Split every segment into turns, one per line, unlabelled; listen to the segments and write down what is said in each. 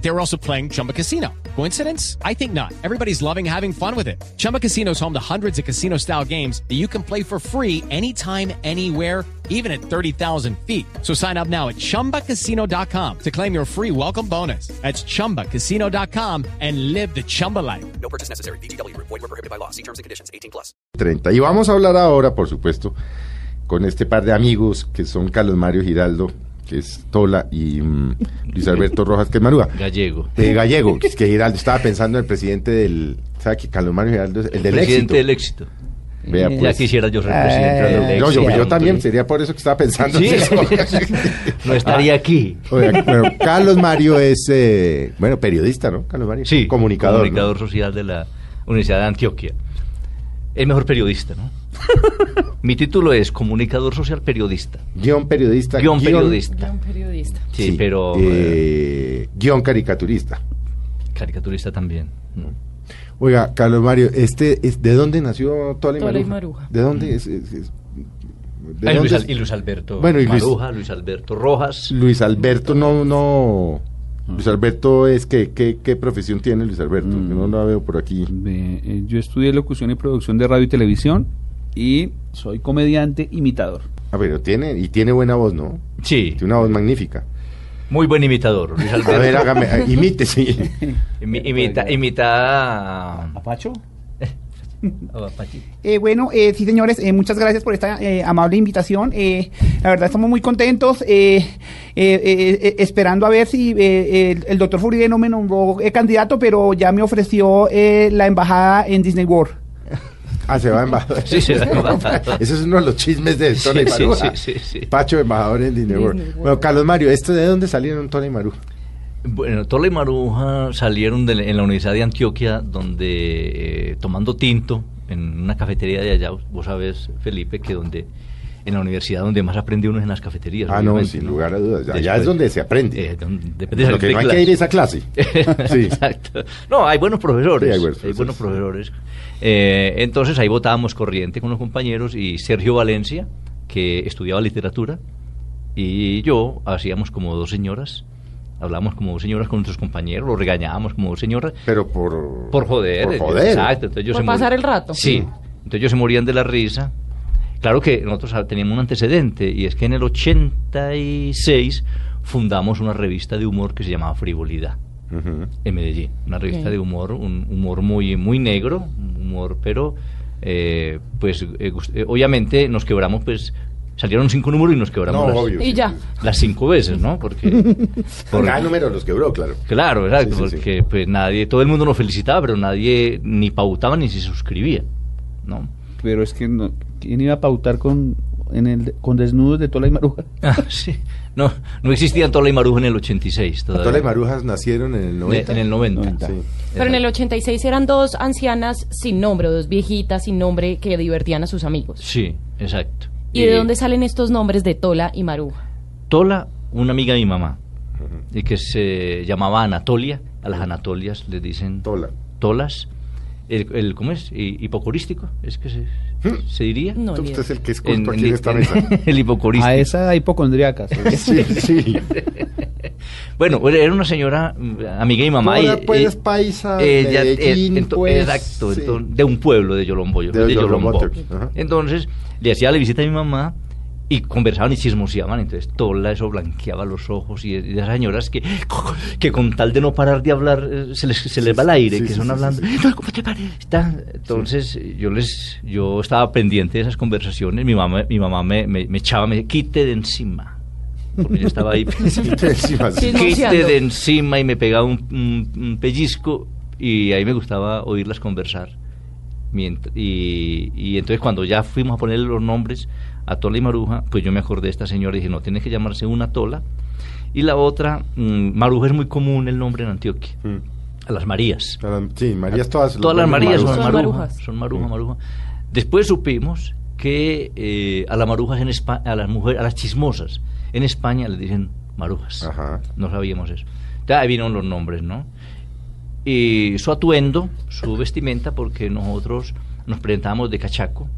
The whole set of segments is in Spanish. They were also playing Chumba Casino. Coincidence? I think not. Everybody's loving having fun with it. Chumba Casino is home to hundreds of casino style games that you can play for free anytime, anywhere even at 30,000 feet. So sign up now at ChumbaCasino.com to claim your free welcome bonus. That's ChumbaCasino.com and live the Chumba life.
No purchase necessary. BGW. Void were prohibited by law. See terms and conditions. 18 plus.
30. Y vamos a hablar ahora, por supuesto, con este par de amigos que son Carlos Mario Giraldo, que es Tola, y mm, Luis Alberto Rojas, que es Maruga.
Gallego.
De Gallego, que es que Giraldo estaba pensando en el presidente del. ¿Sabe que Carlos Mario Giraldo es el del éxito?
presidente del éxito.
Vea,
Ya
pues. eh,
quisiera yo ser presidente del éxito.
No, yo, pues yo
Antonio.
también, sería por eso que estaba pensando. en
Sí.
eso.
No
Ah.
estaría aquí.
Oiga, bueno, Carlos Mario es, eh, bueno, periodista, ¿no? Carlos Mario.
Sí.
Comunicador. ¿no?
Comunicador social de la Universidad de Antioquia. El mejor periodista, ¿no? Mi título es comunicador social periodista.
Guión periodista.
Guión periodista.
Un periodista.
Sí, pero eh,
eh, guión caricaturista.
caricaturista también.
Oiga, Carlos Mario, este, es, ¿de dónde nació Tola y
Tola y
Maruja?
Maruja.
¿De dónde es? es- es- ¿de
Ah, y,
dónde
Luis,
es?
Al- y Luis Alberto
Bueno, y Luis-
Maruja, Luis Alberto Rojas.
Luis Alberto no, no.
Ah.
Luis Alberto es que, ¿qué, qué profesión tiene Luis Alberto? Que
Mm.
No la veo por aquí.
Eh, eh, yo estudié locución y producción de radio y televisión y soy comediante imitador.
Ah, pero tiene, y tiene buena voz, ¿no?
Sí,
Tiene una voz magnífica.
muy buen imitador. Luis
A ver,
Alberto
hágame, ah, imite, sí.
imi- imita, imita a-
¿Apacho?
a Pachi.
Eh, bueno, eh, sí, señores, eh, muchas gracias por esta eh, amable invitación. Eh, la verdad, estamos muy contentos, eh, eh, eh, eh, esperando a ver si eh, el, doctor Furibe no me nombró eh, candidato, pero ya me ofreció eh, la embajada en Disney World.
Ah, se va embajador.
Sí, se va embajador.
Ese es uno de los chismes de Tola y
Sí, sí,
Maruja.
sí, sí, sí.
Pacho, embajador en Disney World.
Disney World.
Bueno, Carlos Mario, ¿este de dónde salieron Tola y Maruja?
Bueno, Tola y Maruja salieron de la- en la Universidad de Antioquia, donde eh, tomando tinto en una cafetería de allá, vos sabés, Felipe, que donde en la universidad donde más aprende uno es en las cafeterías.
Ah, no,
obviamente,
sin lugar a dudas. Allá
Después-
es donde se aprende.
Eh, donde- depende de
Lo que no hay que ir es a clase. Sí.
Exacto. No, hay buenos profesores.
Sí, hay
hay
buenos
buenos
profesores.
profesores. Eh, entonces ahí votábamos corriente con los compañeros y Sergio Valencia, que estudiaba literatura, y yo hacíamos como dos señoras. Hablábamos como dos señoras con nuestros compañeros, los regañábamos como dos señoras.
Pero por...
Por joder.
Por
eh,
joder.
Exacto. Entonces ellos
Por
se
pasar
morían-
el rato.
Sí. Entonces ellos se morían de la risa. Claro que nosotros ah, teníamos un antecedente y es que en el 86 fundamos una revista de humor que se llamaba Frivolidad
Ujú.
en Medellín. Una revista
Ok.
de humor, un humor muy, muy negro, un humor, pero eh, pues eh, gust- eh, obviamente nos quebramos, pues salieron cinco números y nos quebramos las,
Y ya.
las cinco veces, ¿no? Porque,
Por
porque-
cada número los quebró, claro.
Claro, exacto,
Sí, sí, sí.
porque pues nadie, todo el mundo nos felicitaba, pero nadie ni pautaba ni se suscribía, ¿no?
Pero es que no, ¿quién iba a pautar con, en el, con desnudos de Tola y Maruja?
Ah, sí. No, no existían Tola y Maruja en el 86 todavía.
Tola y Marujas nacieron en el 90.
eh, En el 90.
Sí.
Pero en el 86 eran dos ancianas sin nombre, dos viejitas sin nombre que divertían a sus amigos.
Sí, exacto. Eh,
¿Y de dónde salen estos nombres de Tola y Maruja?
Tola, una amiga de mi mamá, y que se llamaba Anatolia, a las Anatolias les dicen
Tola.
Tolas, el, el- ¿cómo es? Hi- Hipocorístico, es que se,
Hmm.
se diría.
No,
Tú-
ni
Usted es
idea.
el que es
En-
culto aquí
en-
en esta
en-
mesa.
el hipocorístico.
A esa hipocondríaca. soy.
Sí, sí.
Bueno, era una señora mm, amiga de mi mamá.
Tola,
y-
pues,
y-
es paisa de
ella, eh,
Medellín,
ento-
pues,
exacto,
sí.
enton- de un pueblo de Yolombo. yo-
De
de
Yolombo,
Yolombo.
Antioquia, ajá.
Entonces, le hacía la visita a mi mamá y conversaban y chismoseaban. Entonces, Tola eso blanqueaba los ojos y, y de esas señoras que, que con tal de no parar de hablar, eh, se les, se les va el aire,
sí,
que
sí,
son
sí,
hablando.
sí.
"No, ¿cómo te parece?". Está- Entonces, yo les yo estaba pendiente de esas conversaciones. Mi mamá, mi mamá me, me- me echaba, me decía, quite de encima. Porque yo estaba ahí
Encima, sí.
quite
Chismoseando.
de encima y me pegaba un, un- un pellizco y ahí me gustaba oírlas conversar. Mient- Y, y entonces cuando ya fuimos a ponerle los nombres a Tola y Maruja, pues yo me acordé de esta señora y dije, no, tiene que llamarse una Tola y la otra, mm, Maruja es muy común el nombre en Antioquia,
Mm.
a las Marías.
Claro, Sí, Marías todas.
Ah, Todas las Marías son,
Marujas.
Marujas.
Maruja, Son Maruja, Maruja. Después supimos que eh, a las marujas en Espa- a las mujeres, a las chismosas en España les dicen marujas.
Ajá.
No sabíamos eso. Ya ahí vinieron los nombres, ¿no? Y su atuendo, su vestimenta, porque nosotros nos presentábamos de cachaco,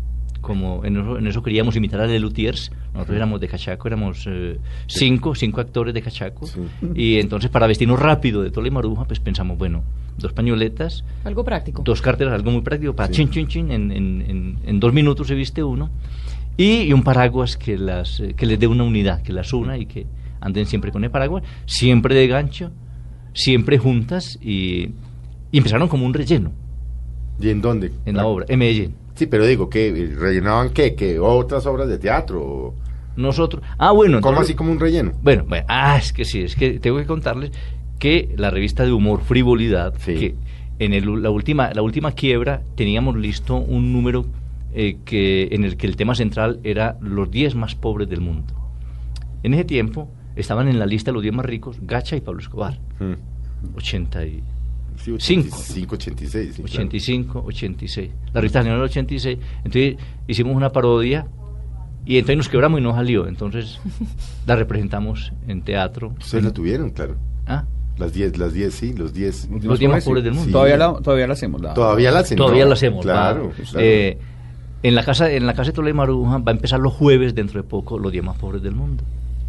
como en eso, en eso queríamos imitar a Lelutiers, nosotros éramos de cachaco, éramos eh, cinco, cinco actores de cachaco,
Sí.
y entonces para vestirnos rápido de Tola y Maruja, pues pensamos, bueno, dos pañoletas,
Algo práctico.
dos carteras, algo muy práctico, para
Sí.
chin, chin, chin, en, en- en- en dos minutos se viste uno, y, y un paraguas que, las, eh, que les dé una unidad, que las una y que anden siempre con el paraguas, siempre de gancho, siempre juntas, y, y empezaron como un relleno
¿Y en dónde? Ah,
en la obra, en Medellín.
Sí, pero digo, que ¿Rellenaban qué? ¿Qué? ¿Otras obras de teatro? o-
Nosotros, ah, bueno,
¿Cómo
entonces-
así como un relleno?
Bueno, bueno, ah, es que sí, es que tengo que contarles que la revista de humor Frivolidad,
Sí.
que en el- la, última, la última quiebra teníamos listo un número eh, que, en el que el tema central era los 10 más pobres del mundo. En ese tiempo estaban en la lista los 10 más ricos Gacha y Pablo Escobar,
Hmm.
80 y,
Sí,
Cinco.
85, 86. sí, claro.
85, 86. La revista nacional del 86. Entonces hicimos una parodia y entonces nos quebramos y no salió. Entonces la representamos en teatro.
Ustedes la tuvieron, claro.
Ah,
Las 10, las 10, sí, los 10.
Los diez más pobres del mundo.
Todavía, la, todavía la hacemos. la-
Todavía la hacen.
Todavía
¿no?
lo hacemos.
Claro. pues,
va.
claro.
Eh, en la casa, en la casa de Toledo y Maruja va a empezar los jueves dentro de poco los días más pobres del mundo,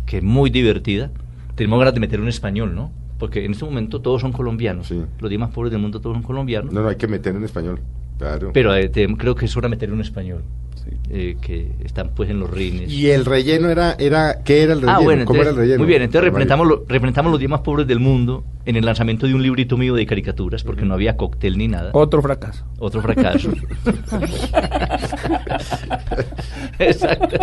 que es muy divertida. Tenemos ganas de meter un español, ¿no? Porque en este momento todos son colombianos.
Sí.
Los días más pobres del mundo todos son colombianos.
No, no, hay que meter en español. Claro.
Pero eh, te- creo que es hora de meter un español,
Sí.
eh, que están pues en los rines.
y el relleno era, era ¿qué era el relleno?
Ah, bueno,
¿Cómo
entonces,
era el relleno?
muy bien, entonces
Mario?
representamos, lo- representamos los días más pobres del mundo en el lanzamiento de un librito mío de caricaturas, porque no había cóctel ni nada.
Otro fracaso.
Otro fracaso. Exacto.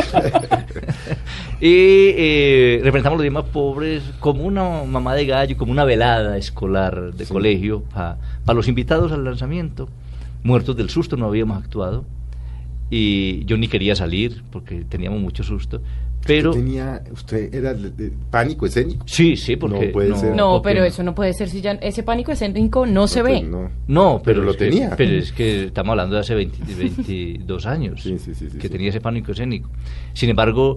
y eh, representamos los días más pobres como una mamá de gallo, como una velada escolar de colegio para los invitados al lanzamiento. Muertos del susto no habíamos actuado. Y yo ni quería salir porque teníamos mucho susto. Pero...
Usted tenía, usted era de- de- pánico escénico.
Sí, sí, porque...
No puede ser.
No,
porque-
pero eso no puede ser si ya ese pánico escénico no se
Pues
ve.
no.
No,
Pero
pero,
lo
es que-
tenía.
pero es que estamos hablando de hace 20 22 años
Sí, sí, sí, sí,
que
sí.
tenía ese pánico escénico. Sin embargo,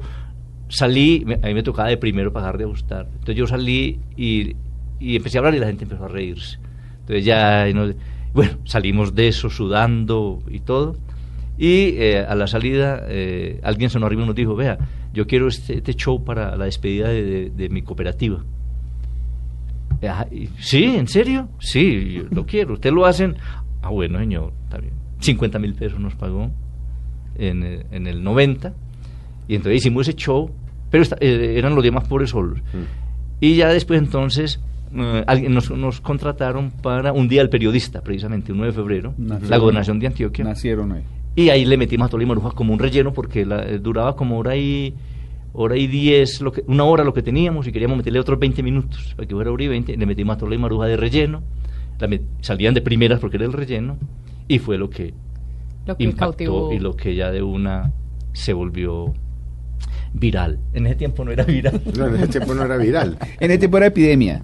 salí, me- a mí me tocaba de primero pagar de ajustar. Entonces yo salí y, y empecé a hablar y la gente empezó a reírse. Entonces ya, y no- bueno, salimos de eso sudando y todo. Y eh, a la salida, eh, alguien se nos arriba y nos dijo, vea, yo quiero este, este show para la despedida de- de- de mi cooperativa. Ajá, y- Sí, ¿en serio? Sí, yo lo quiero. Usted lo hacen. Ah, bueno, señor, está bien. 50 mil pesos nos pagó en, eh, en el 90. Y entonces hicimos ese show, pero esta- eh, eran los días más pobres solos.
Mm.
Y ya después entonces eh, alguien nos, nos contrataron para un día al periodista, precisamente, 1 de febrero,
Nacieron.
la gobernación de Antioquia.
Nacieron ahí.
Y ahí le metimos a Tolima Maruja como un relleno porque la- eh, duraba como hora y hora y diez, lo que, una hora lo que teníamos y queríamos meterle otros 20 minutos para que fuera hora y 20. Le metimos a Tolima Maruja de relleno, la met- salían de primeras porque era el relleno y fue lo que,
Lo que
impactó
cautivó.
y lo que ya de una se volvió viral. En ese tiempo no era viral.
No, en ese tiempo no era viral.
En este tiempo era epidemia.